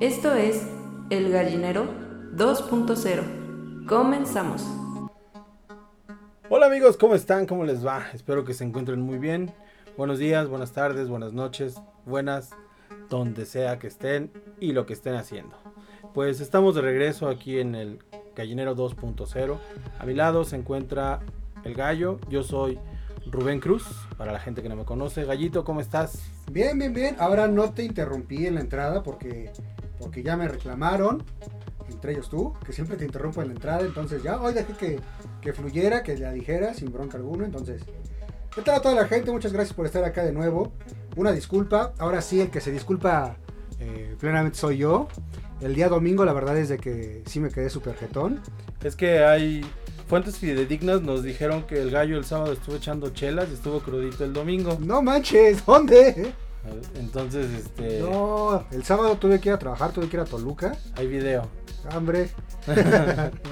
Esto es El Gallinero 2.0. Comenzamos. Hola amigos, ¿cómo están? ¿Cómo les va? Espero que se encuentren muy bien. Buenos días, buenas tardes, buenas noches, buenas, donde sea que estén y lo que estén haciendo. Pues estamos de regreso aquí en el Gallinero 2.0. A mi lado se encuentra el gallo. Yo soy Rubén Cruz, para la gente que no me conoce. Gallito, ¿cómo estás? Bien, bien, bien. Ahora no te interrumpí en la entrada porque, porque ya me reclamaron, entre ellos tú, que siempre te interrumpo en la entrada. Entonces ya hoy dejé que, que fluyera, que la dijera sin bronca alguna. Entonces, ¿qué tal a toda la gente? Muchas gracias por estar acá de nuevo. Una disculpa. Ahora sí, el que se disculpa eh, plenamente soy yo. El día domingo la verdad es de que sí me quedé súper jetón. Es que hay fuentes fidedignas nos dijeron que el gallo el sábado estuvo echando chelas y estuvo crudito el domingo. No manches, ¿dónde? Entonces, este, No, el sábado tuve que ir a trabajar, tuve que ir a Toluca. hay video Hambre.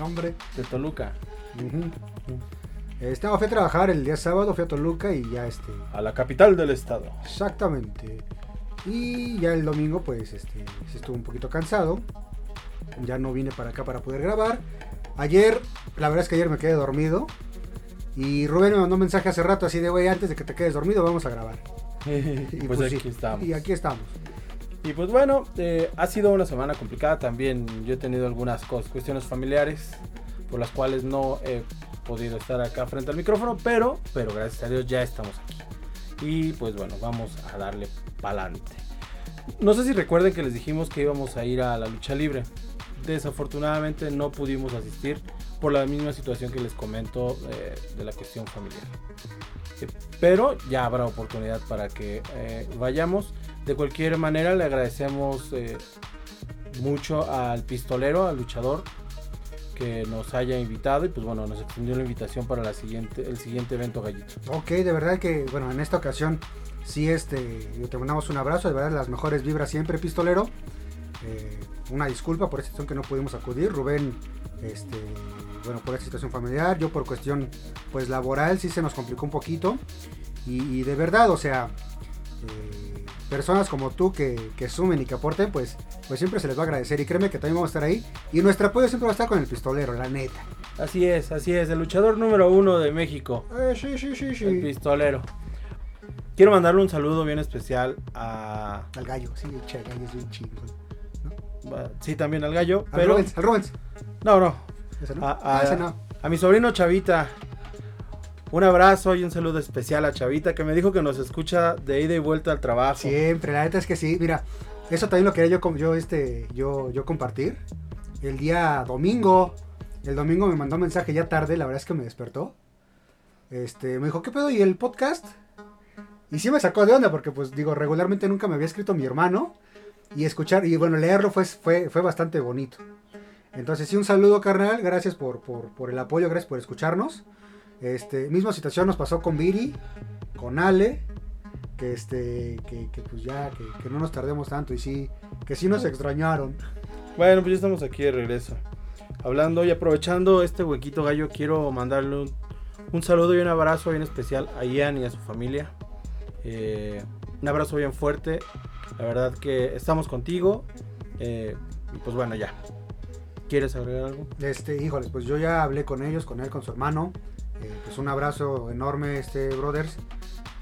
Hambre. de Toluca Ujú. Este, no, fui a trabajar el día sábado, fui a Toluca y ya este. a la capital del estado. Exactamente. Y ya el domingo, pues, este, sí estuve un poquito cansado. Ya no vine para acá para poder grabar. Ayer, la verdad es que ayer me quedé dormido. Y Rubén me mandó un mensaje hace rato así de, güey, antes de que te quedes dormido, vamos a grabar. Y pues, pues, aquí sí, estamos. Y aquí estamos. Y pues bueno, eh, ha sido una semana complicada también. Yo he tenido algunas cos- cuestiones familiares por las cuales no he podido estar acá frente al micrófono, pero, pero gracias a Dios ya estamos aquí. Y pues bueno, vamos a darle pa'lante. No sé si recuerden que les dijimos que íbamos a ir a la lucha libre. Desafortunadamente no pudimos asistir por la misma situación que les comento eh, de la cuestión familiar. Eh, Pero ya habrá oportunidad para que eh, vayamos. De cualquier manera, le agradecemos eh, mucho al pistolero, al luchador, que nos haya invitado y pues bueno, nos extendió la invitación para la siguiente, el siguiente evento gallito. Ok, de verdad que, bueno, en esta ocasión sí, este, te mandamos un abrazo, de verdad, las mejores vibras siempre, pistolero. Eh, una disculpa por esta situación que no pudimos acudir, Rubén, este, bueno, por esta situación familiar, yo por cuestión, pues, laboral, sí se nos complicó un poquito. Y, y de verdad, o sea, eh, personas como tú que, que sumen y que aporten, pues, pues siempre se les va a agradecer. Y créeme que también vamos a estar ahí. Y nuestro apoyo siempre va a estar con el pistolero, la neta. Así es, así es, el luchador número uno de México. Eh, sí, sí, sí, El sí. pistolero. Quiero mandarle un saludo bien especial a. Al gallo, sí, che, el gallo es bien chingón. a- Sí, también al gallo, Al pero. Rubens, al Rubens. No, no. Ese no. A, a- Ah, ese no. a mi sobrino Chavita. Un abrazo y un saludo especial a Chavita que me dijo que nos escucha de ida y vuelta al trabajo. Siempre, la neta es que sí. Mira, eso también lo quería yo, com- yo, este, yo, yo compartir. El día domingo, el domingo me mandó un mensaje ya tarde, la verdad es que me despertó. Este, me dijo, ¿qué pedo? ¿Y el podcast? Y sí me sacó de onda porque, pues, digo, regularmente nunca me había escrito mi hermano. Y escuchar, y bueno, leerlo fue, fue, fue bastante bonito. Entonces, sí, un saludo, carnal. Gracias por, por, por el apoyo, gracias por escucharnos. Este, misma situación nos pasó con Viri, con Ale, que este, que, que, pues ya, que, que no nos tardemos tanto. Y sí, que sí nos extrañaron. Bueno, pues ya estamos aquí de regreso. Hablando y aprovechando este huequito gallo, quiero mandarle un, un saludo y un abrazo bien especial a Ian y a su familia. Eh, un abrazo bien fuerte. La verdad que estamos contigo. Eh, y pues bueno, ya. ¿Quieres agregar algo? Este, híjoles, pues yo ya hablé con ellos, con él, con su hermano. Eh, pues un abrazo enorme, este, brothers.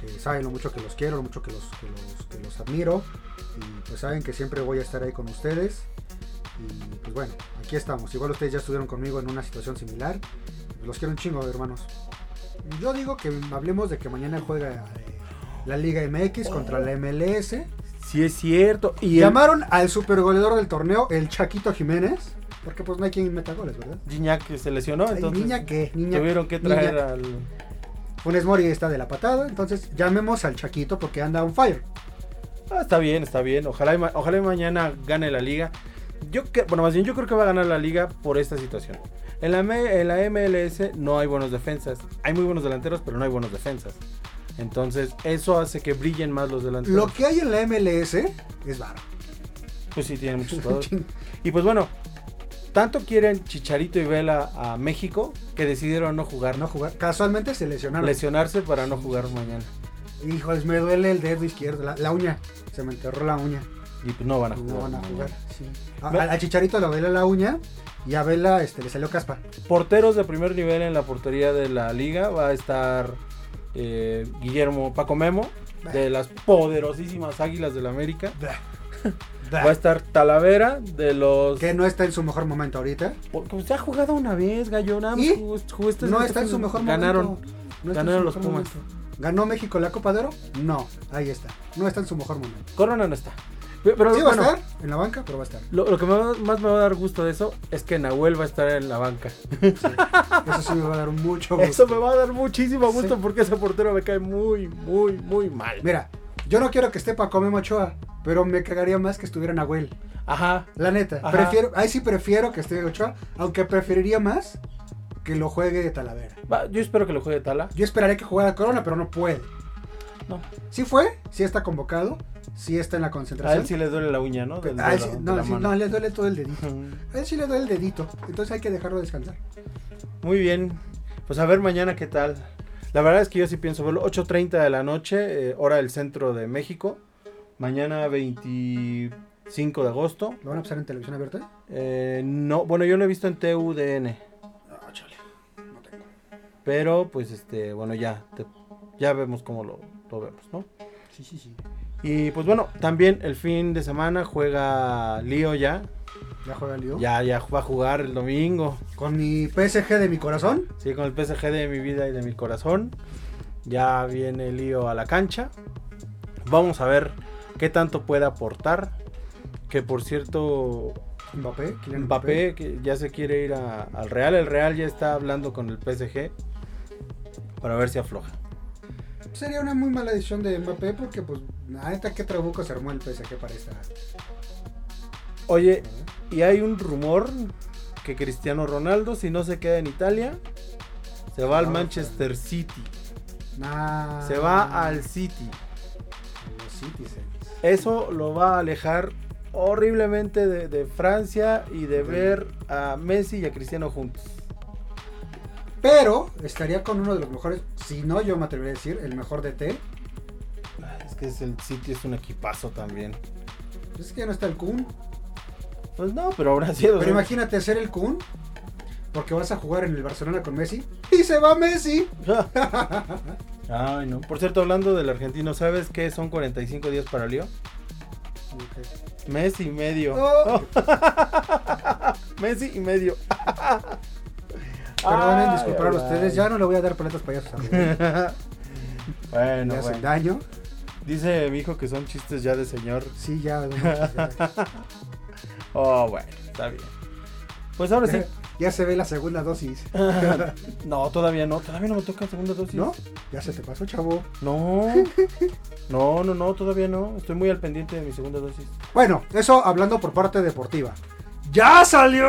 Que saben lo mucho que los quiero, lo mucho que los, que los, que los admiro. Y pues saben que siempre voy a estar ahí con ustedes. Y pues bueno, aquí estamos. Igual ustedes ya estuvieron conmigo en una situación similar. Los quiero un chingo, hermanos. Yo digo que hablemos de que mañana juega eh, la Liga MX contra la MLS. Sí, es cierto. Y el Llamaron al supergoleador del torneo, el Chaquito Jiménez. Porque pues no hay quien meta goles, ¿verdad? Gignac que se lesionó, Ay, entonces niña que, niña tuvieron que niña. traer al. Funes Mori está de la patada, entonces llamemos al Chaquito porque anda on fire. Ah, está bien, está bien. Ojalá y, ma- ojalá y mañana gane la liga. Yo que, bueno, más bien yo creo que va a ganar la liga por esta situación. En la, M- en la MLS no hay buenos defensas. Hay muy buenos delanteros, pero no hay buenos defensas. Entonces, eso hace que brillen más los delanteros. Lo que hay en la MLS es barro. Pues sí, tienen muchos jugadores. y pues bueno, tanto quieren Chicharito y Vela a México que decidieron no jugar, No jugar. Casualmente se lesionaron. lesionarse para no jugar mañana. Híjoles, me duele el dedo izquierdo, la, la uña. Se me enterró la uña. Y pues no van a jugar. No van a jugar. mañana. Sí. A, a- a Chicharito le duele la uña y a Vela este, le salió caspa. Porteros de primer nivel en la portería de la liga va a estar eh, Guillermo Paco Memo, de las poderosísimas Águilas del América. Blah. Va a estar Talavera, de los... Que no está en su mejor momento ahorita. Porque se ha jugado una vez, gallo. Nada más ¿Y? jugó- jugó este- No está en su mejor Ganaron. momento. No está en Ganaron su los mejor Pumas. momento. ¿Ganó México la Copa de Oro? No, ahí está. No está en su mejor momento. Corona no está. Pe- Pero Sí va bueno, a estar en la banca, pero va a estar. Lo, lo que me va- más me va a dar gusto de eso es que Nahuel va a estar en la banca. Eso sí me va a dar mucho gusto. Eso me va a dar muchísimo gusto Sí. porque ese portero me cae muy, muy, muy mal. Mira, yo no quiero que esté Paco Memo Ochoa, pero me cagaría más que estuviera Nahuel. Ajá. La neta, Ajá. prefiero, ahí sí prefiero que esté Ochoa, aunque preferiría más que lo juegue Talavera. Va, yo espero que lo juegue Tala. Yo esperaría que jugara Corona, pero no puede. No. Sí fue, sí está convocado, sí está en la A concentración. él sí le duele la uña, ¿no? Del- A él de la- Ah, sí- de no, la sí, mano. no, le duele todo el dedito. Ujú. A él sí le duele el dedito, entonces hay que dejarlo descansar. Muy bien. Pues a ver mañana qué tal. La verdad es que yo sí pienso verlo. 8.30 de la noche, eh, hora del centro de México. Mañana 25 de agosto. ¿Lo van a pasar en televisión abierta? Eh, no, bueno, yo lo he visto en TUDN. No, Ah, chale, no tengo. Pero pues este, bueno, ya, te- ya vemos cómo lo, lo vemos, ¿no? Sí, sí, sí. Y pues bueno, también el fin de semana juega Lío ya. Ya juega Leo. Ya, ya va a jugar el domingo. Con mi PSG de mi corazón. Sí, con el PSG de mi vida y de mi corazón. Ya viene Lío a la cancha. Vamos a ver qué tanto puede aportar. Que por cierto, Mbappé, Kylian Mbappé que ya se quiere ir a- al Real. El Real ya está hablando con el PSG para ver si afloja. Sería una muy mala decisión de Mbappé porque, pues, neta, qué trabuco se armó el PSG para esta. Oye, y hay un rumor que Cristiano Ronaldo, si no se queda en Italia, se va al No, Ah. Manchester City. Nah. Se va al City. Los Citizens. Eso lo va a alejar horriblemente de, de Francia y de ver a Messi y a Cristiano juntos. Pero estaría con uno de los mejores, si no, yo me atrevería a decir, el mejor DT. Es que es el City es un equipazo también. Es que ya no está el Kun. Pues no, pero ahora sí. o Pero sea, imagínate ser el Kun. Porque vas a jugar en el Barcelona con Messi. Y se va Messi. Ay, no. Por cierto, hablando del argentino, ¿sabes qué son 45 días para Lío? Mes y medio. Oh. Messi y medio. Perdonen, Ay, disculpar a ay. ustedes. Ya no le voy a dar paletas payasos a Mbappé, bueno, Le hacen bueno. daño. Dice mi hijo que son chistes ya de señor. Sí, ya. no, ya. Oh, bueno, está bien. Pues ahora sí. Ya se ve la segunda dosis. Ah, no, todavía no. Todavía no me toca segunda dosis. ¿No? Ya se te pasó, chavo. No. No, no, no, todavía no. Estoy muy al pendiente de mi segunda dosis. Bueno, eso hablando por parte deportiva. ¡Ya salió!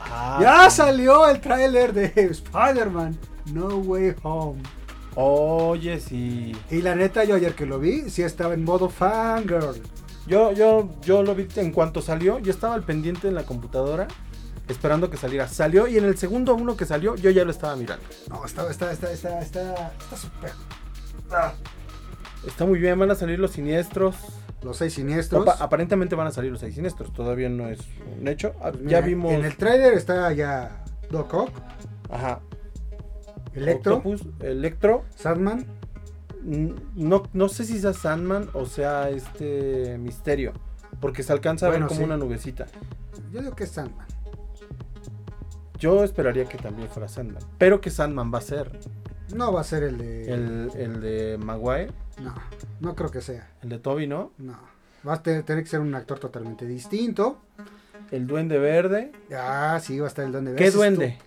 Ah, ¡Ya sí. salió el tráiler de Spider-Man No Way Home! Oye, sí. Y la neta, yo ayer que lo vi, sí estaba en modo fangirl. Yo, yo, yo lo vi en cuanto salió. Yo estaba al pendiente en la computadora. Esperando que saliera. Salió y en el segundo uno que salió, yo ya lo estaba mirando. No, está, está, está, está, está, está súper. Ah, Está muy bien, van a salir los siniestros. Los seis siniestros. Apa- aparentemente van a salir los seis siniestros. Todavía no es un hecho. Ah, Pues ya mira, vimos. En el tráiler está ya Doc Ock, Ajá. Electro, Octopus, Electro. Sandman. Mm, No, no sé si sea Sandman o sea este misterio. Porque se alcanza a Bueno, ver como sí. una nubecita. Yo digo que es Sandman. Yo esperaría que también fuera Sandman. Pero que Sandman va a ser. No va a ser el de. El, el de Maguire, No, no creo que sea. el de Toby, ¿no? No. Va a te- tener que ser un actor totalmente distinto. El duende verde. Ah, sí, va a estar el duende. ¿Qué Ese es duende?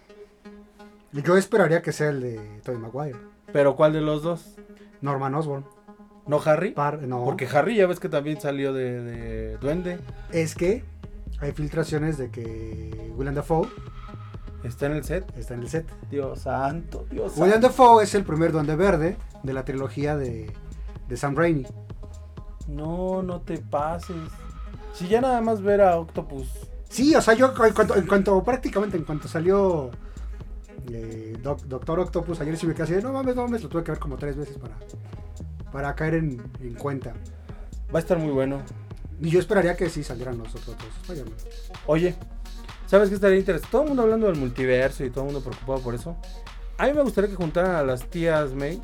tú. Yo esperaría que sea el de Tobey Maguire. ¿Pero cuál de los dos? Norman Osborn. ¿No Harry? Par, no. Porque Harry ya ves que también salió de, de duende. es que hay filtraciones de que William Dafoe Está en el set. está en el set. Dios santo, Dios William santo. Dafoe es el primer duende verde de la trilogía de, de Sam Raimi. No, no te pases. Si ya nada más ver a Octopus. Sí, o sea, yo en cuanto, en cuanto- prácticamente en cuanto salió eh, Doc- Doctor Octopus, ayer sí me quedé así de, no mames, no mames, lo tuve que ver como tres veces para, para caer en, en cuenta. Va a estar muy bueno. Y yo esperaría que sí salieran los otros dos Spider-Man. Oye, ¿sabes qué estaría interesante? Todo el mundo hablando del multiverso y todo el mundo preocupado por eso. A mí me gustaría que juntaran a las tías May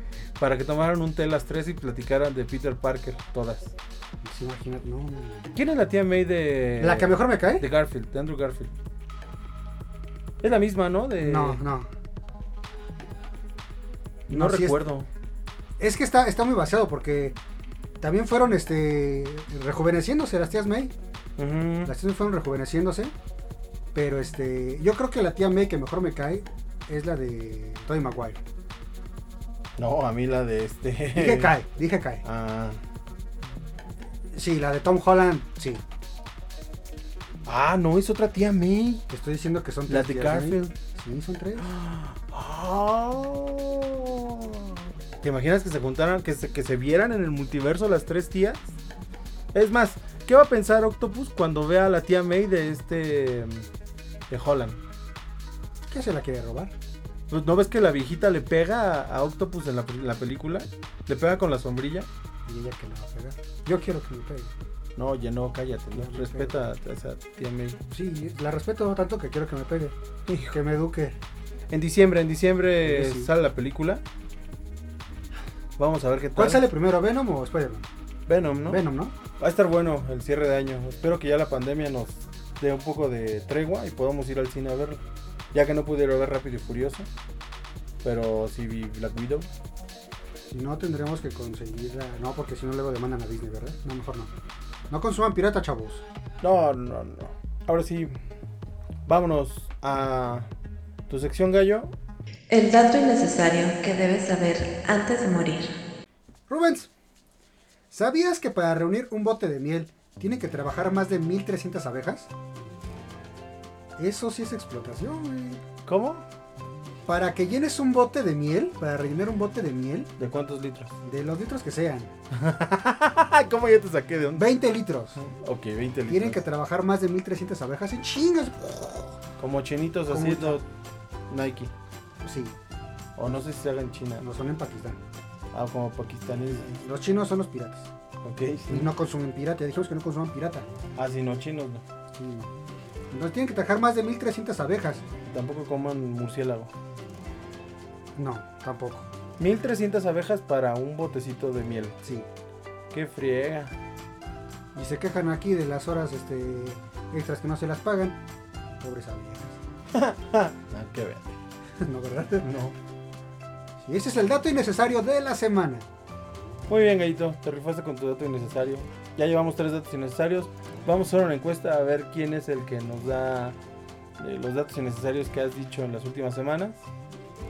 para que tomaran un té las tres y platicaran de Peter Parker, todas. Sí, Pues imagínate, no, no, no. ¿Quién es la tía May de. La que mejor me cae. Eh, De Garfield, de Andrew Garfield. Es la misma, ¿no? De... No, no. No, no, sí es- recuerdo. Es que está, está muy vaciado porque también fueron este rejuveneciéndose las tías May. Ujú. Las tías May fueron rejuveneciéndose. Pero este. Yo creo que la tía May que mejor me cae es la de Tobey Maguire. No, a mí la de este. Dije cae, dije cae. Ah. Sí, la de Tom Holland, sí. Ah, no, es otra tía May. Te estoy diciendo que son La tres. de tías May. Garfield. Sí, son tres. Oh. ¿Te imaginas que se juntaran, que se, que se vieran en el multiverso las tres tías? Es más, ¿qué va a pensar Octopus cuando vea a la tía May de este. mm, de Holland? ¿Qué se la quiere robar? Pues, ¿No ves que la viejita le pega a, a Octopus en la, pel- la película? ¿Le pega con la sombrilla? Y ella que la va a pegar. Yo quiero que me pegue. No, oye, no, cállate, no, No, no respeta a esa tía May. Sí, la respeto tanto que quiero que me pegue. Hijo. Que me eduque. En diciembre, en diciembre Sí, sí. sale la película. Vamos a ver qué tal. ¿Cuál sale primero, Venom o Spider-Man? Venom, ¿no? Venom, ¿no? Va a estar bueno el cierre de año. Espero que ya la pandemia nos dé un poco de tregua y podamos ir al cine a verlo. Ya que no pudieron ver Rápido y Furioso. Pero sí vi Black Widow. Si no, tendremos que conseguirla. No, porque si no, luego demandan a Disney, ¿verdad? No, mejor no. No consuman pirata, chavos. No, no, no. Ahora sí, vámonos a tu sección, Gallo. El dato innecesario que debes saber antes de morir. Rubens, ¿sabías que para reunir un bote de miel tiene que trabajar más de 1300 abejas? Eso sí es explotación, güey. ¿Cómo? Para que llenes un bote de miel, para rellenar un bote de miel, ¿De cuántos litros? de los litros que sean, ¿Cómo ya te saqué de onda? 20 litros. Ok, 20 litros. Tienen que trabajar más de 1300 abejas y chingas. Como chinitos Como- haciendo Nike. Sí, O no sé si se haga en China. no son en Pakistán. Ah, como pakistaníes. Los chinos son los piratas. Ok. Y no consumen pirata. Ya dijimos que no consuman pirata. Ah, sí, no, chinos no. Sí. Entonces tienen que trabajar más de 1300 abejas. Tampoco coman murciélago. No, tampoco. 1300 abejas para un botecito de miel. Sí. Qué friega. Y se quejan aquí de las horas este, extras que no se las pagan. Pobres abejas. Ah, qué ver. no, ¿verdad? No. Y ese es el dato innecesario de la semana. Muy bien, gallito. Te rifaste con tu dato innecesario. Ya llevamos tres datos innecesarios. Vamos a hacer una encuesta a ver quién es el que nos da eh, los datos innecesarios que has dicho en las últimas semanas.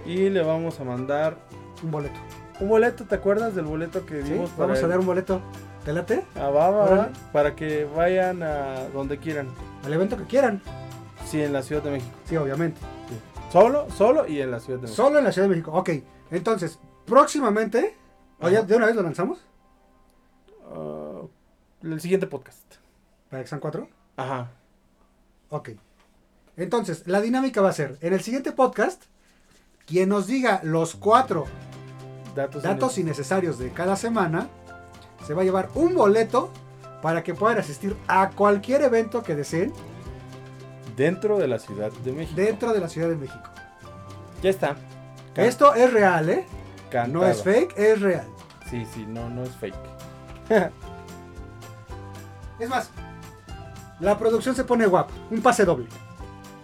Y le vamos a mandar Un boleto. un boleto. ¿Te acuerdas del boleto que ¿Sí? dimos para Vamos a el- dar un boleto. ¿Te late? Ah, va, va, va, Órale. para que vayan a donde quieran. Al evento que quieran. Sí, en la Ciudad de México. Sí, obviamente. Sí. Solo, solo y en la Ciudad de México. Solo en la Ciudad de México. Ok. Entonces, próximamente. ¿O ya Ajá. de una vez lo lanzamos? Ah, el siguiente podcast. ¿Para que sean cuatro? Ajá. Ok. Entonces, la dinámica va a ser, en el siguiente podcast, quien nos diga los cuatro Datos. datos innecesarios de cada semana, se va a llevar un boleto para que puedan asistir a cualquier evento que deseen Dentro de la Ciudad de México. dentro de la Ciudad de México. Ya está. Can- Esto es real, ¿eh? cantado. No es fake, es real. Sí, sí, no, no es fake. Es más, la producción se pone guapa. Un pase doble.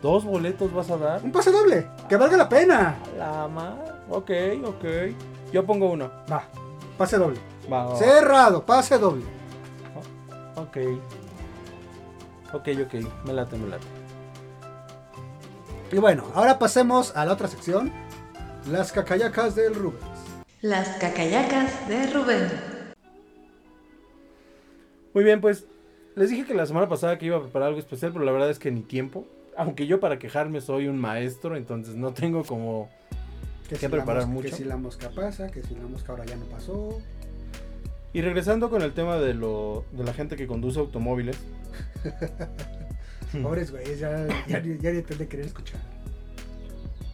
¿Dos boletos vas a dar? Un pase doble. Que valga la pena. A La madre. Ok, ok. Yo pongo uno. Va. Pase doble. Va, va, Cerrado, pase doble. Ok. Ok, ok. Me late, me late. Y bueno, ahora pasemos a la otra sección, las cacayacas del Rubens. Las cacayacas de Rubén. Muy bien, pues les dije que la semana pasada que iba a preparar algo especial, pero la verdad es que ni tiempo. Aunque yo para quejarme soy un maestro, entonces no tengo como... Que Hay que preparar la mosca, mucho. Que si la mosca pasa, que si la mosca ahora ya no pasó. Y regresando con el tema de, lo, de la gente que conduce automóviles, Mm. Pobres güeyes, ya, ya, ni- ya ni te han de querer escuchar.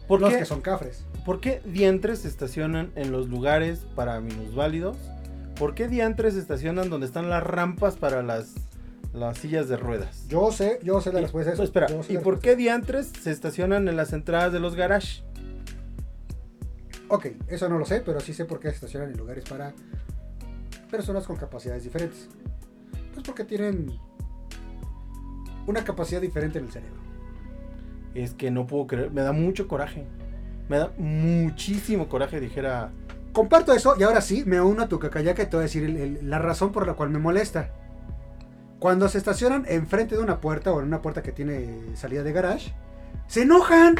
¿por Los qué, que son cafres. ¿por qué diantres se estacionan en los lugares para minusválidos? ¿Por qué diantres estacionan donde están las rampas para las, las sillas de ruedas? Yo sé, yo sé la respuesta. a eso. No, pues, espera, Yo sé ¿y la por qué diantres se estacionan en las entradas de los garages? Ok, eso no lo sé, pero sí sé por qué se estacionan en lugares para personas con capacidades diferentes. Pues porque tienen una capacidad diferente en el cerebro. Es que no puedo creer, me da mucho coraje. Me da muchísimo coraje, dijera. Comparto eso y ahora sí me uno a tu cacayaca y te voy a decir el- el- la razón por la cual me molesta. Cuando se estacionan enfrente de una puerta o en una puerta que tiene salida de garage, se enojan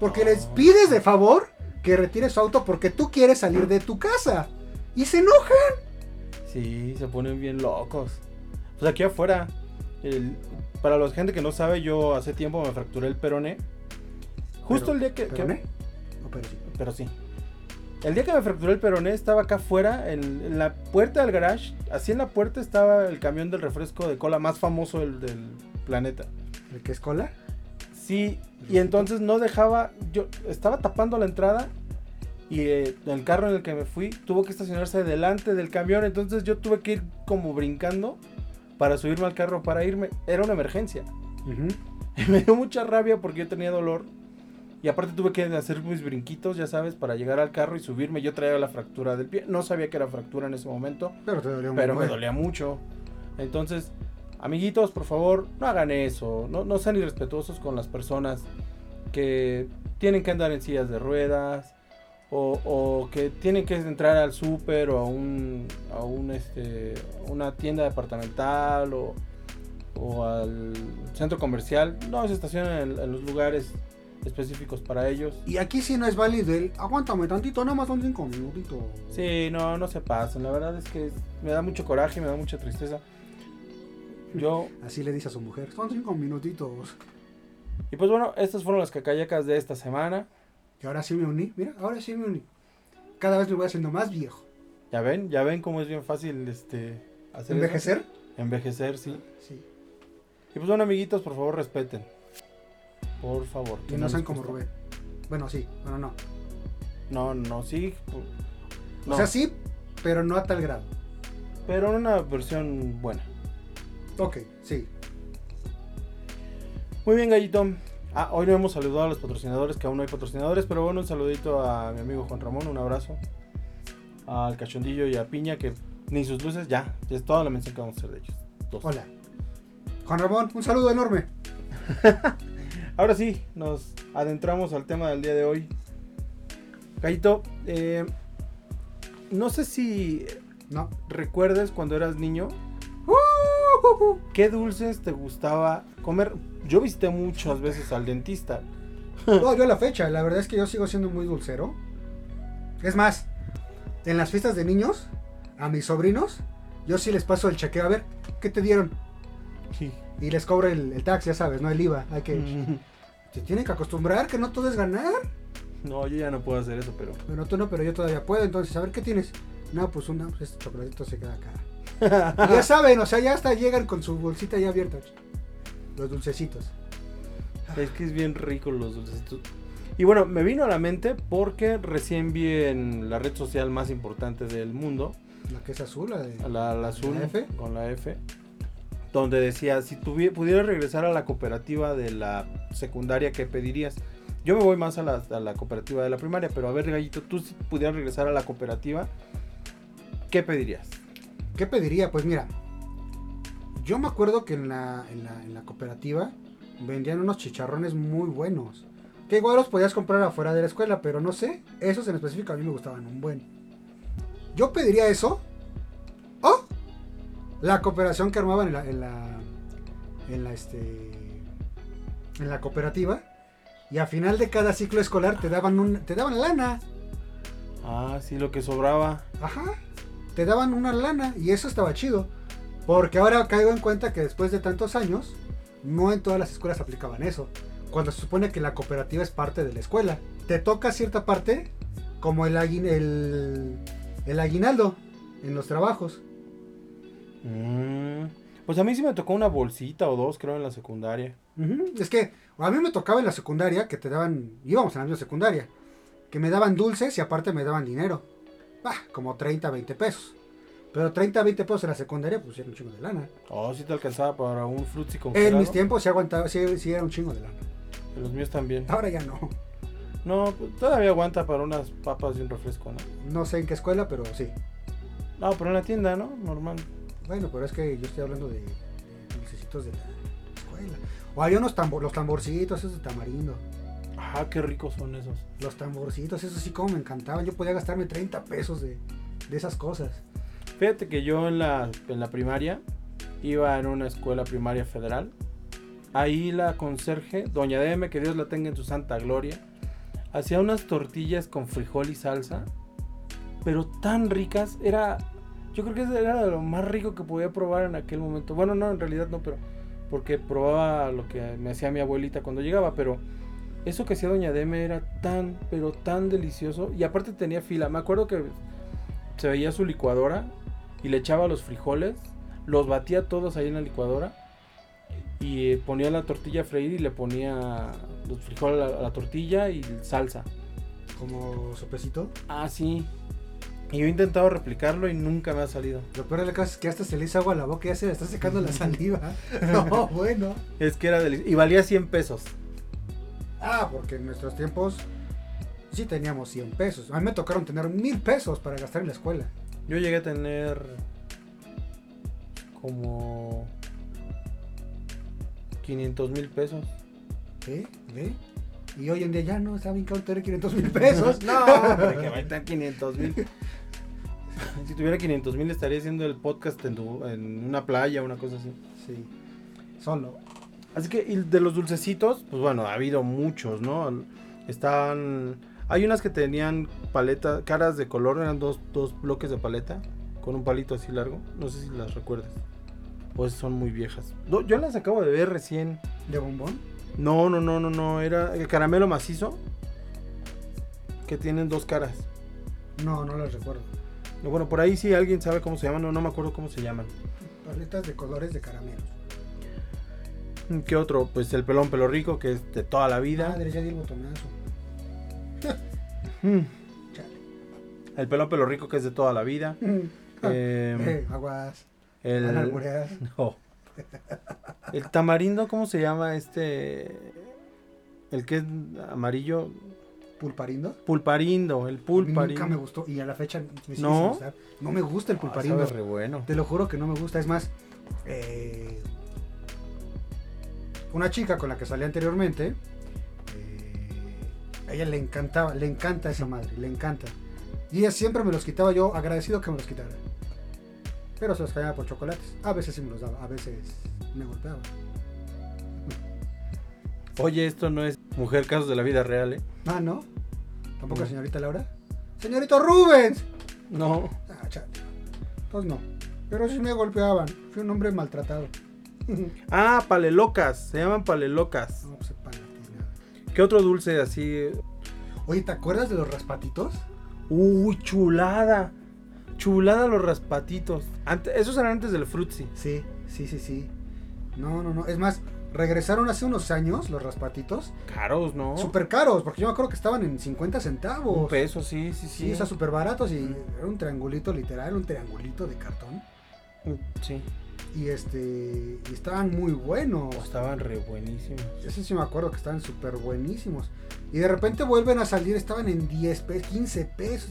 porque les Ah. pides de favor que retires su auto porque tú quieres salir de tu casa. Y se enojan. Sí, se ponen bien locos. Pues aquí afuera. el- para la gente que no sabe, yo hace tiempo me fracturé el peroné. Justo Pero- el día que- que, ¿Pero no? No, pero sí. pero sí. El día que me fracturé el peroné estaba acá afuera, en, en la puerta del garage. Así en la puerta estaba el camión del refresco de cola más famoso del, del planeta. ¿El que es cola? Sí, y entonces no dejaba, yo estaba tapando la entrada y eh, el carro en el que me fui tuvo que estacionarse delante del camión, entonces yo tuve que ir como brincando para subirme al carro para irme. Era una emergencia. me dio mucha rabia porque yo tenía dolor. Y aparte tuve que hacer mis brinquitos, ya sabes, para llegar al carro y subirme. Yo traía la fractura del pie. No sabía que era fractura en ese momento, Pero te dolió un pero me buen. dolía mucho. Entonces, amiguitos, por favor, no hagan eso. No, no sean irrespetuosos con las personas que tienen que andar en sillas de ruedas o, o que tienen que entrar al súper o a un, a un este, una tienda departamental o, o al centro comercial. No se estacionan en, en los lugares específicos para ellos. Y aquí sí no es válido el aguántame tantito, nada más son cinco minutitos. Sí, no, no se pasen. La verdad es que me da mucho coraje, me da mucha tristeza. Yo Así le dice a su mujer, son cinco minutitos. Y pues bueno, estas fueron las cacayacas de esta semana. Y ahora sí me uní, mira, ahora sí me uní. Cada vez me voy haciendo más viejo. Ya ven, ya ven cómo es bien fácil este hacer eso. ¿Envejecer? Envejecer, sí. Sí. Y pues bueno, amiguitos, por favor, respeten. Por favor. Que no les sean como gusta. Rubén. Bueno, sí, bueno, no. No, no, sí. pu- No, O sea, sí, pero no a tal grado. pero una versión buena. Ok, sí. Muy bien, Gallito. Ah, hoy no hemos saludado a los patrocinadores, que aún no hay patrocinadores, pero bueno, un saludito a mi amigo Juan Ramón, un abrazo. Al Cachondillo y a Piña, que ni sus luces, ya. Ya es toda la mención que vamos a hacer de ellos. Dos. Hola. Juan Ramón, un saludo enorme. Ahora sí, nos adentramos al tema del día de hoy. Gallito, eh, no sé si No. recuerdes cuando eras niño qué dulces te gustaba comer. Yo visité muchas veces al dentista. No, yo a la fecha, la verdad es que yo sigo siendo muy dulcero. Es más, en las fiestas de niños, a mis sobrinos, yo sí les paso el chequeo a ver, ¿qué te dieron? Y les cobro el, el tax, ya sabes, no el IVA. Hay que, Se tienen que acostumbrar que no todo es ganar. No, yo ya no puedo hacer eso, pero Bueno, tú no, pero yo todavía puedo. Entonces, a ver, ¿qué tienes? No, pues una, pues, este chocolatito se queda acá. Y ya saben, o sea, ya hasta llegan con su bolsita ya abierta. Los dulcecitos. es que es bien rico los dulces. Y bueno, me vino a la mente porque recién vi en la red social más importante del mundo, La que es azul, la de... a la, a la azul ¿La F? con la F, donde decía, si tuvie- pudieras regresar a la cooperativa de la secundaria, ¿qué pedirías? Yo me voy más a la, a la cooperativa de la primaria, pero a ver, Gallito, tú si pudieras regresar a la cooperativa, ¿qué pedirías? ¿Qué pediría? Pues mira, yo me acuerdo que en la, en la, en la cooperativa vendían unos chicharrones muy buenos. Que igual los podías comprar afuera de la escuela, pero no sé. Esos en específico a mí me gustaban un buen. Yo pediría eso. O la cooperación que armaban en la. en la. en la, este. en la cooperativa. Y al final de cada ciclo escolar te daban un. te daban lana. Ah, sí, lo que sobraba. Ajá. Te daban una lana y eso estaba chido. Porque ahora caigo en cuenta que después de tantos años, no en todas las escuelas aplicaban eso. Cuando se supone que la cooperativa es parte de la escuela. Te toca cierta parte como el, aguin- el, el aguinaldo en los trabajos. Mm, Pues a mí sí me tocó una bolsita o dos, creo, en la secundaria. Ujú, Es que a mí me tocaba en la secundaria que te daban, íbamos a la misma secundaria, Ah, que me daban dulces y aparte me daban dinero. Bah, como 30, 20 pesos. Pero 30, 20 pesos en la secundaria, pues era un chingo de lana. Oh, si te alcanzaba para un frutzi En congelado. mis tiempos sí aguantaba, sí, sí era un chingo de lana. En los míos también. Ahora ya no. No, pues, todavía aguanta para unas papas y un refresco, ¿no? No sé en qué escuela, pero sí. No, pero en la tienda, ¿no? Normal. Bueno, pero es que yo estoy hablando de, de dulcecitos de la escuela. O había unos tambor, los tamborcitos, esos de tamarindo. Ah, qué ricos son esos. Los tamborcitos, esos sí como me encantaban. Yo podía gastarme 30 pesos de, de esas cosas. Fíjate que yo en la, en la primaria iba en una escuela primaria federal. Ahí la conserje, doña DM, que Dios la tenga en su santa gloria, hacía unas tortillas con frijol y salsa, pero tan ricas, era, yo creo que eso era de lo más rico que podía probar en aquel momento. Bueno, no, en realidad no, pero porque probaba lo que me hacía mi abuelita cuando llegaba, pero eso que hacía doña DM era tan, pero tan delicioso y aparte tenía fila. Me acuerdo que se veía su licuadora y le echaba los frijoles, los batía todos ahí en la licuadora y eh, ponía la tortilla a freír y le ponía los frijoles a la, a la tortilla y salsa. Como sopecito. Ah, sí. Y yo he intentado replicarlo y nunca me ha salido. Lo peor de la casa es que hasta se le hizo agua a la boca y ya se le está secando la saliva. No, bueno. Es que era delicioso. Y valía 100 pesos. Ah, porque en nuestros tiempos sí teníamos 100 pesos. A mí me tocaron tener mil pesos para gastar en la escuela. Yo llegué a tener como 500 mil pesos. ¿Ve? ¿Ve? Y hoy en día ya no está bien caro tener 500 mil pesos. No, hombre, que va a estar 500 mil. Si tuviera 500 mil estaría haciendo el podcast en, tu- en una playa, una cosa así. Sí. Solo. Así que y de los dulcecitos, pues bueno, ha habido muchos, ¿no? Están... Hay unas que tenían paleta, caras de color, eran dos, dos bloques de paleta con un palito así largo. No sé si las recuerdas. Pues son muy viejas. No, yo las acabo de ver recién. ¿De bombón? No, no, no, no, no. Era el caramelo macizo. Que tienen dos caras. No, no las recuerdo. No, Bueno, por ahí sí alguien sabe cómo se llaman, no, no me acuerdo cómo se llaman. Paletas de colores de caramelo. ¿Qué otro? Pues el pelón pelo rico, que es de toda la vida. Madre, ya di el botonazo. Mm. Chale. Mm. El pelón pelo rico, que es de toda la vida. Eh, Eh, aguas. van a el... alburear. no. El tamarindo, ¿cómo se llama este? El que es amarillo. ¿Pulparindo? Pulparindo, el A mí Nunca me pulparindo. gustó. Y a la fecha me sigue sin ¿No? gustar. No me gusta el Ah, pulparindo. sabe re bueno. Te lo juro que no me gusta. Es más, eh, una chica con la que salí anteriormente, eh, a ella le encantaba, le encanta esa madre, le encanta. Y ella siempre me los quitaba, yo agradecido que me los quitara. Pero se los cambiaba por chocolates. A veces sí me los daba, a veces me golpeaba. Oye, esto no es mujer casos de la vida real, ¿eh? Ah, ¿no? ¿Tampoco No. señorita Laura? ¡Señorito Rubens! No. Ah, chale. Entonces no. Pero sí me golpeaban. Fui un hombre maltratado. Ah, palelocas, se llaman palelocas. no, pues sepa la chingada. ¿Qué otro dulce así Oye, ¿te acuerdas de los raspatitos? Uy, chulada. Chulada los raspatitos. Ante- esos eran antes del frutzi. Sí, sí, sí, sí. No, no, no. Es más, regresaron hace unos años los raspatitos. Caros, ¿no? Súper caros, porque yo me acuerdo que estaban en Oh. 50 Un centavos. peso, sí, sí, Sí, sí. o sea, súper baratos y Mm. era un triangulito literal, un triangulito de cartón. Mm, Sí. Y este, y estaban muy buenos. Oh, estaban re buenísimos. Ese sí me acuerdo que estaban súper buenísimos. Y de repente vuelven a salir, estaban en 10 pesos, 15 pesos.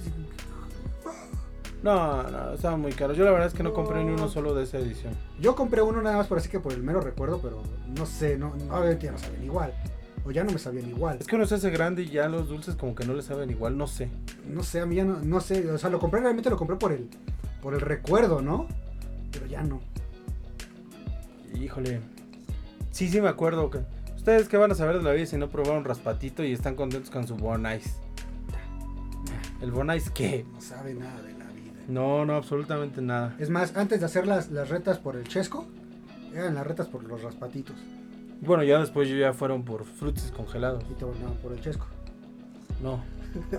No, no, estaban muy caros. Yo la verdad es que no compré ni uno No. solo de esa edición. Yo compré uno nada más por así que por el mero recuerdo, pero no sé, no, no, obviamente ya no sabían igual. O ya no me sabían igual. Es que uno se hace grande y ya los dulces como que no le saben igual, no sé. No sé, a mí ya no, no sé, o sea, lo compré realmente lo compré por el por el recuerdo, ¿no? Pero ya no. Híjole. Sí, sí me acuerdo que. Ustedes qué van a saber de la vida si no probaron raspatito y están contentos con su Bon Ice. ¿El Bon Ice qué? No sabe nada de la vida. No, no, absolutamente nada. Es más, antes de hacer las, las retas por el chesco, eran las retas por los raspatitos Bueno, ya después yo ya fueron por frutis congelados. y te mandaban por el chesco. No.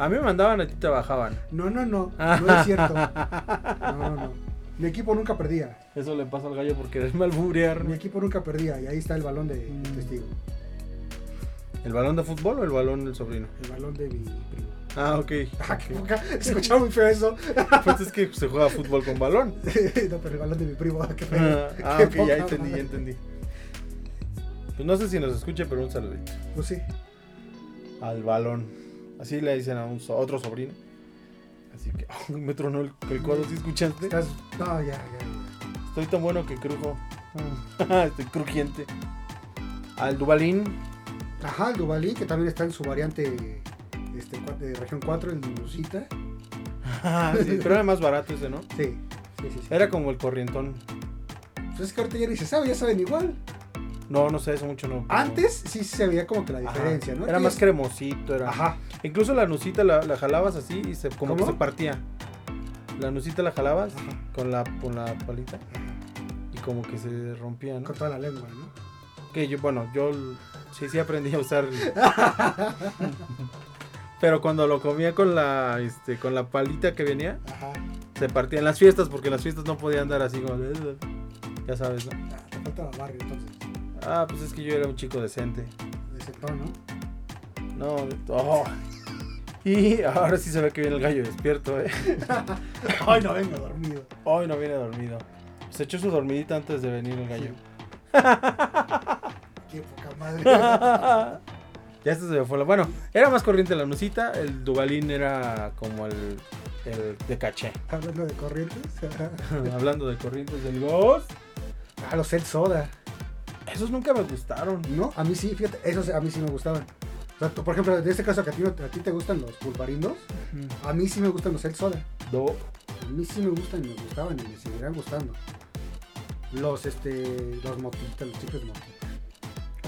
A mí me mandaban, a ti te bajaban. No, no, no, no es cierto. No, no, no. Mi equipo nunca perdía. Eso le pasa al gallo por quererme alburear. Mi equipo nunca perdía y ahí está el balón de Mm. testigo. ¿El balón de fútbol o el balón del sobrino? El balón de mi primo. Ah, ok. Ah, qué poca. Se escuchaba muy feo eso. Pues es que se juega fútbol con balón. no, pero el balón de mi primo. ah, Qué feo. Ah, ah, Qué ok, ya poca entendí, ya madre. entendí. Pues no sé si nos escuche, pero un saludito. Pues sí. Al balón. Así le dicen a un so- otro sobrino. Así que ay, me tronó el, el codo, ¿sí escuchaste? Estás. No, ya, ya. Estoy tan bueno que crujo. Estoy crujiente. Al Dubalín. Ajá, el Dubalí, que también está en su variante este, cua- de región 4, el Lucita. Ah, Sí, pero era más barato ese, ¿no? Sí, sí, sí. sí. Era como el corrientón. Pues es que ahorita ya ni se sabe, ya saben igual. No, no sé, eso mucho no. pero- Antes sí se veía como que la Ajá. diferencia, ¿no? Era Ahorita más ya- cremosito, era. Ajá. Incluso la nucita la, la jalabas así y se, como ¿Cómo? que se partía. La nucita la jalabas Ajá. con la, con la palita y como que se rompía, ¿no? Con toda la lengua, ¿no? Que yo, bueno, yo l- sí, sí aprendí a usar. Pero cuando lo comía con la, este, con la palita que venía, Ajá. se partía en las fiestas porque en las fiestas no podía andar así como... de- "Eh, Ya sabes, ¿no? Ah, te falta la barrio entonces. Ah, pues es que yo era un chico decente. De ese tono, ¿no? No, oh. Y ahora sí se ve que viene el gallo despierto, ¿eh? Ay, no vengo dormido. Hoy no viene dormido. Se echó su dormidita antes de venir el gallo. Qué poca madre. ya esto se me fue la... Bueno, era más corriente la nucita. El Dubalín era como el, el de caché. Hablando de corrientes. Hablando de corrientes del Ghost. ah, los Ed Soda. Esos nunca me gustaron. No, a mí sí, fíjate, esos a mí sí me gustaban. O sea, tú, por ejemplo, en este caso que a ti, no- a ti te gustan los pulparindos, a mí sí me gustan los El Soda. Do- A mí sí me gustan y me gustaban y me seguirán gustando. Los, este, los motitas, los chicles motitas.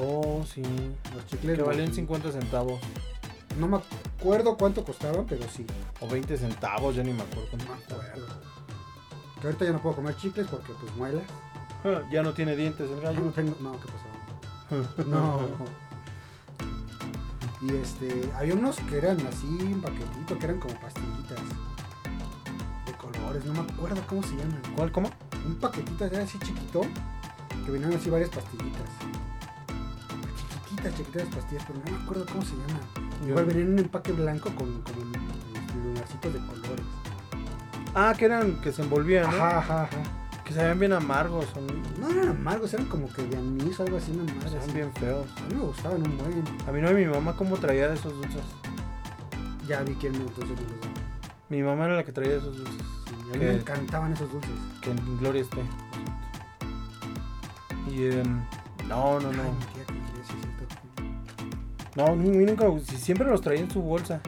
Oh, sí. Los chicles Que valían Motita. 50 centavos. No me acuerdo cuánto costaban, pero sí, O 20 centavos, ya ni me acuerdo. cuánto no me costaba. acuerdo. Que ahorita ya no puedo comer chicles porque pues muela. Ah, Ya no tiene dientes el Ah, Yo gallo. no tengo. No, ¿qué pasó? No. Y este, había unos que eran así en paquetito, que eran como pastillitas de colores, no me acuerdo cómo se llaman. ¿Cuál? ¿Cómo? Un paquetito era así chiquito, que venían así varias pastillitas. Chiquititas, chiquititas pastillas, pero no me acuerdo cómo se llaman. Igual venían en un empaque blanco con, con este, lunarcitos de colores. Ah, que eran que se envolvían, ¿no? Ajá, ajá, ajá. Que se veían bien amargos. Son, No eran amargos, eran como que de anís o algo así, una madre son así. bien feos. A mí me gustaban un buen. A mí no, mi mamá cómo traía de esos dulces. Ya vi quién me entonces me los daba. Mi mamá era la que traía esos dulces. Sí, a ¿Qué? mí me encantaban esos dulces. Que en gloria esté. Y em, no, no, Ay, no. mi tía, que me traía, sí, cierto. No, a mí nunca. si- Siempre los traía en su bolsa.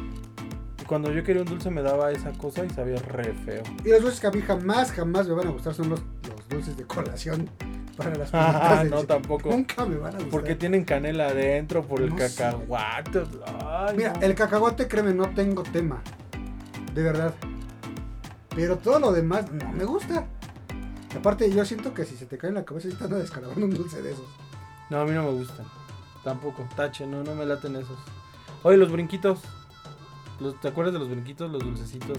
Y cuando yo quería un dulce me daba esa cosa y sabía re feo. Y los dulces que a mí jamás, jamás me van a gustar son los, los dulces de colación para las Ah, palomitas de no, chicle. tampoco. Nunca me van a gustar. Porque tienen canela adentro por el No sé. cacahuate. Ay, Mira, no. el cacahuate, créeme, no tengo tema. De verdad. Pero todo lo demás no me gusta. Y Aparte, yo siento que si se te cae en la cabeza, estás descalabrando un dulce de esos. No, a mí no me gustan. Tampoco. Tache, no, no me laten esos. Oye, los brinquitos. Los- ¿Te acuerdas de los brinquitos? Los dulcecitos.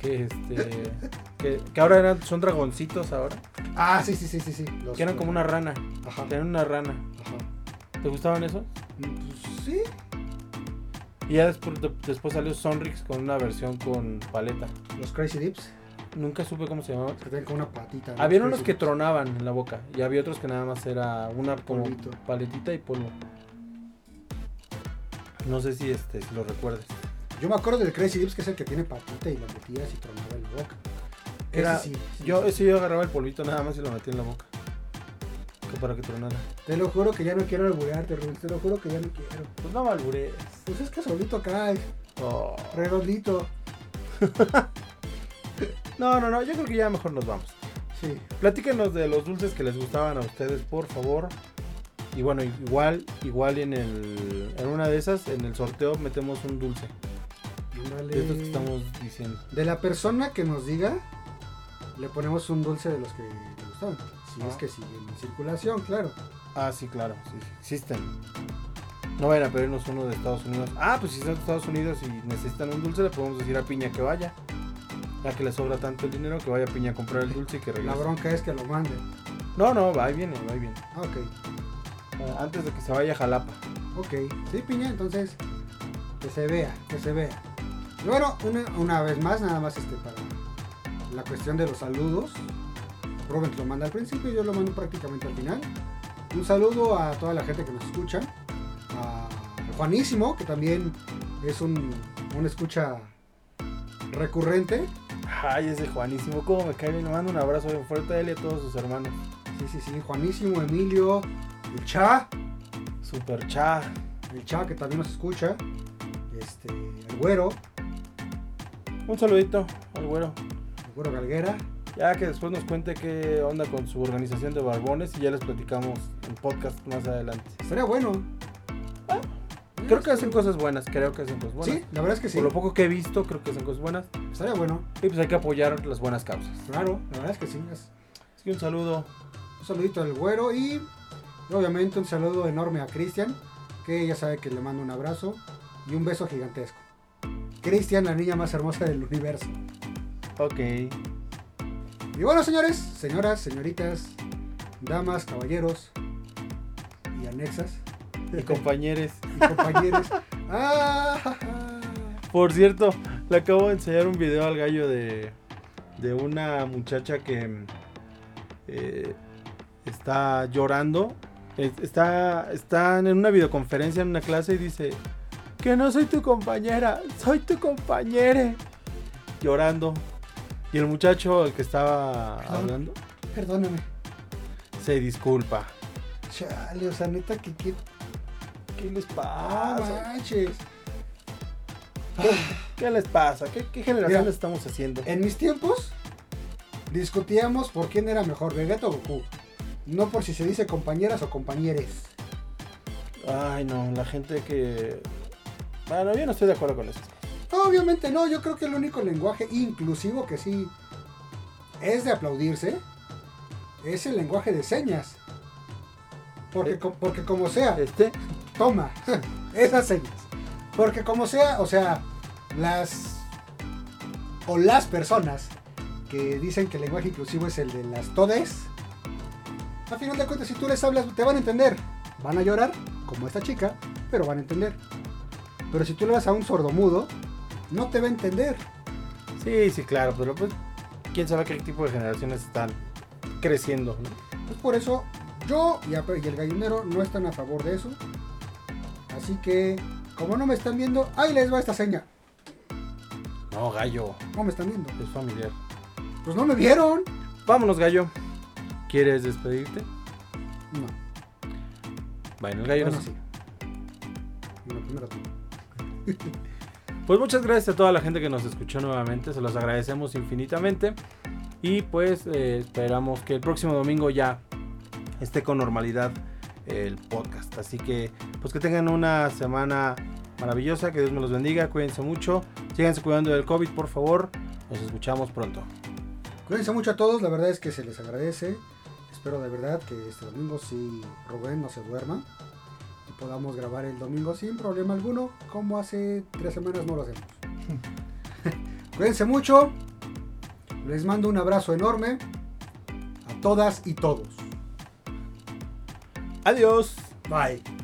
Que este. Que, que ahora eran, son dragoncitos ahora. Ah, sí, sí, sí, sí. sí. Los- Que eran como una rana. Ajá. Tenían una rana. Ajá. ¿Te gustaban esos? Mm, Pues sí. Y ya después, de- después salió Sonrix con una versión con paleta. Los Crazy Dips. Nunca supe cómo se llamaban. Que tienen como una patita. ¿no? Había Los unos Crazy que Dips. tronaban en la boca. Y había otros que nada más era una como Polvito. paletita y polvo. No sé si este, si lo recuerdes. Yo me acuerdo del Crazy Dips, que es el que tiene patita y la metías y tronaba en la boca. Era- Ese sí, sí, Yo, sí. ese yo agarraba el polvito nada más y lo metí en la boca. Que para que tronara. Te lo juro que ya no quiero alburearte, Rubén. Te lo juro que ya no quiero. Pues no malburé. Pues es que solito cae, Oh. redondito. No, no, no, yo creo que ya mejor nos vamos. Sí. Platíquenos de los dulces que les gustaban a ustedes, por favor. Y bueno, igual, igual y en el. En una de esas, en el sorteo metemos un dulce. Ándale. De estos Eh. que estamos diciendo. De la persona que nos diga, le ponemos un dulce de los que le gustaban. Si Ah. es que siguen en circulación, claro. Ah, sí, claro, sí, sí, existen. No vayan a pedirnos uno de Estados Unidos. Ah, pues si son de Estados Unidos y necesitan un dulce, le podemos decir a Piña que vaya. Ya que le sobra tanto el dinero, que vaya Piña a comprar el dulce y que La regrese. bronca es que lo manden. No, no, va, ahí viene, Eh, va, ahí viene. Ah, ok. Ah, Antes de que se vaya a Jalapa. Ok, sí, piña, entonces que se vea, que se vea. Y bueno, una, una vez más, nada más este para la cuestión de los saludos. Rubens lo manda al principio y yo lo mando prácticamente al final. Un saludo a toda la gente que nos escucha. A Juanísimo, que también es un, un escucha recurrente. Ay, ese Juanísimo, cómo me cae bien. Le mando un abrazo bien fuerte a él y a todos sus hermanos. Sí, sí, sí, Juanísimo, Emilio, el Cha, Super cha. el Cha que también nos escucha. Este, el Güero, Un saludito al güero. el Güero Galguera. Ya que después nos cuente qué onda con su organización de barbones y ya les platicamos en podcast más adelante. Estaría bueno. Creo que hacen cosas buenas, creo que hacen cosas buenas. Sí, la verdad es que sí. Por lo poco que he visto, creo que hacen cosas buenas. Estaría bueno. Y pues hay que apoyar las buenas causas. Claro, la verdad es que sí. Es- Así que un saludo. Un saludito al güero y obviamente un saludo enorme a Cristian, que ya sabe que le mando un abrazo y un beso gigantesco. Cristian, la niña más hermosa del universo. Ok. Y bueno, señores, señoras, señoritas, damas, caballeros y anexas Y compañeros. y compañeros. Ah, ja, ja. Por cierto, le acabo de enseñar un video al gallo de, de una muchacha que mm, eh, está llorando. Es- Está, están en una videoconferencia en una clase y dice que no soy tu compañera, soy tu compañere. Llorando. Y el muchacho, el que estaba Perdón. hablando, Perdóname. se disculpa. Chale, o sea, neta que qué ¿Qué les ah, pasa? manches. ¿Qué les pasa? ¿Qué, qué generación Mira. estamos haciendo? En mis tiempos discutíamos por quién era mejor, Vegeta o Goku. No por si se dice compañeras o compañeres. Ay, no, la gente que... Bueno, yo no estoy de acuerdo con esto. Obviamente no, yo creo que el único lenguaje inclusivo que sí es de aplaudirse es el lenguaje de señas. Porque, Eh. co- porque como sea, Este, toma esas señas. Porque como sea, o sea, las o las personas que dicen que el lenguaje inclusivo es el de las todes, a final de cuentas si tú les hablas te van a entender. Van a llorar, como esta chica, pero van a entender. Pero si tú le das a un sordomudo, no te va a entender. Sí, sí, claro, pero pues quién sabe qué tipo de generaciones están creciendo. ¿no? Pues por eso yo y a- y el gallinero no están a favor de eso. Así que, como no me están viendo, ahí les va esta seña. No, gallo, No me están viendo. es familiar. Pues no me vieron. Vámonos, gallo. ¿Quieres despedirte? No. Bueno, el gallo Bueno, no sé. Bueno, primero tú. Pues muchas gracias a toda la gente que nos escuchó nuevamente, se los agradecemos infinitamente. Y pues eh, esperamos que el próximo domingo ya esté con normalidad el podcast. Así que pues que tengan una semana maravillosa, que Dios me los bendiga, cuídense mucho, síganse cuidando del COVID por favor, nos escuchamos pronto. Cuídense mucho a todos, la verdad es que se les agradece. Espero de verdad que este domingo si Rubén no se duerma y podamos grabar el domingo sin problema alguno, como hace tres semanas no lo hacemos. Cuídense mucho, les mando un abrazo enorme a todas y todos. Adiós. Bye.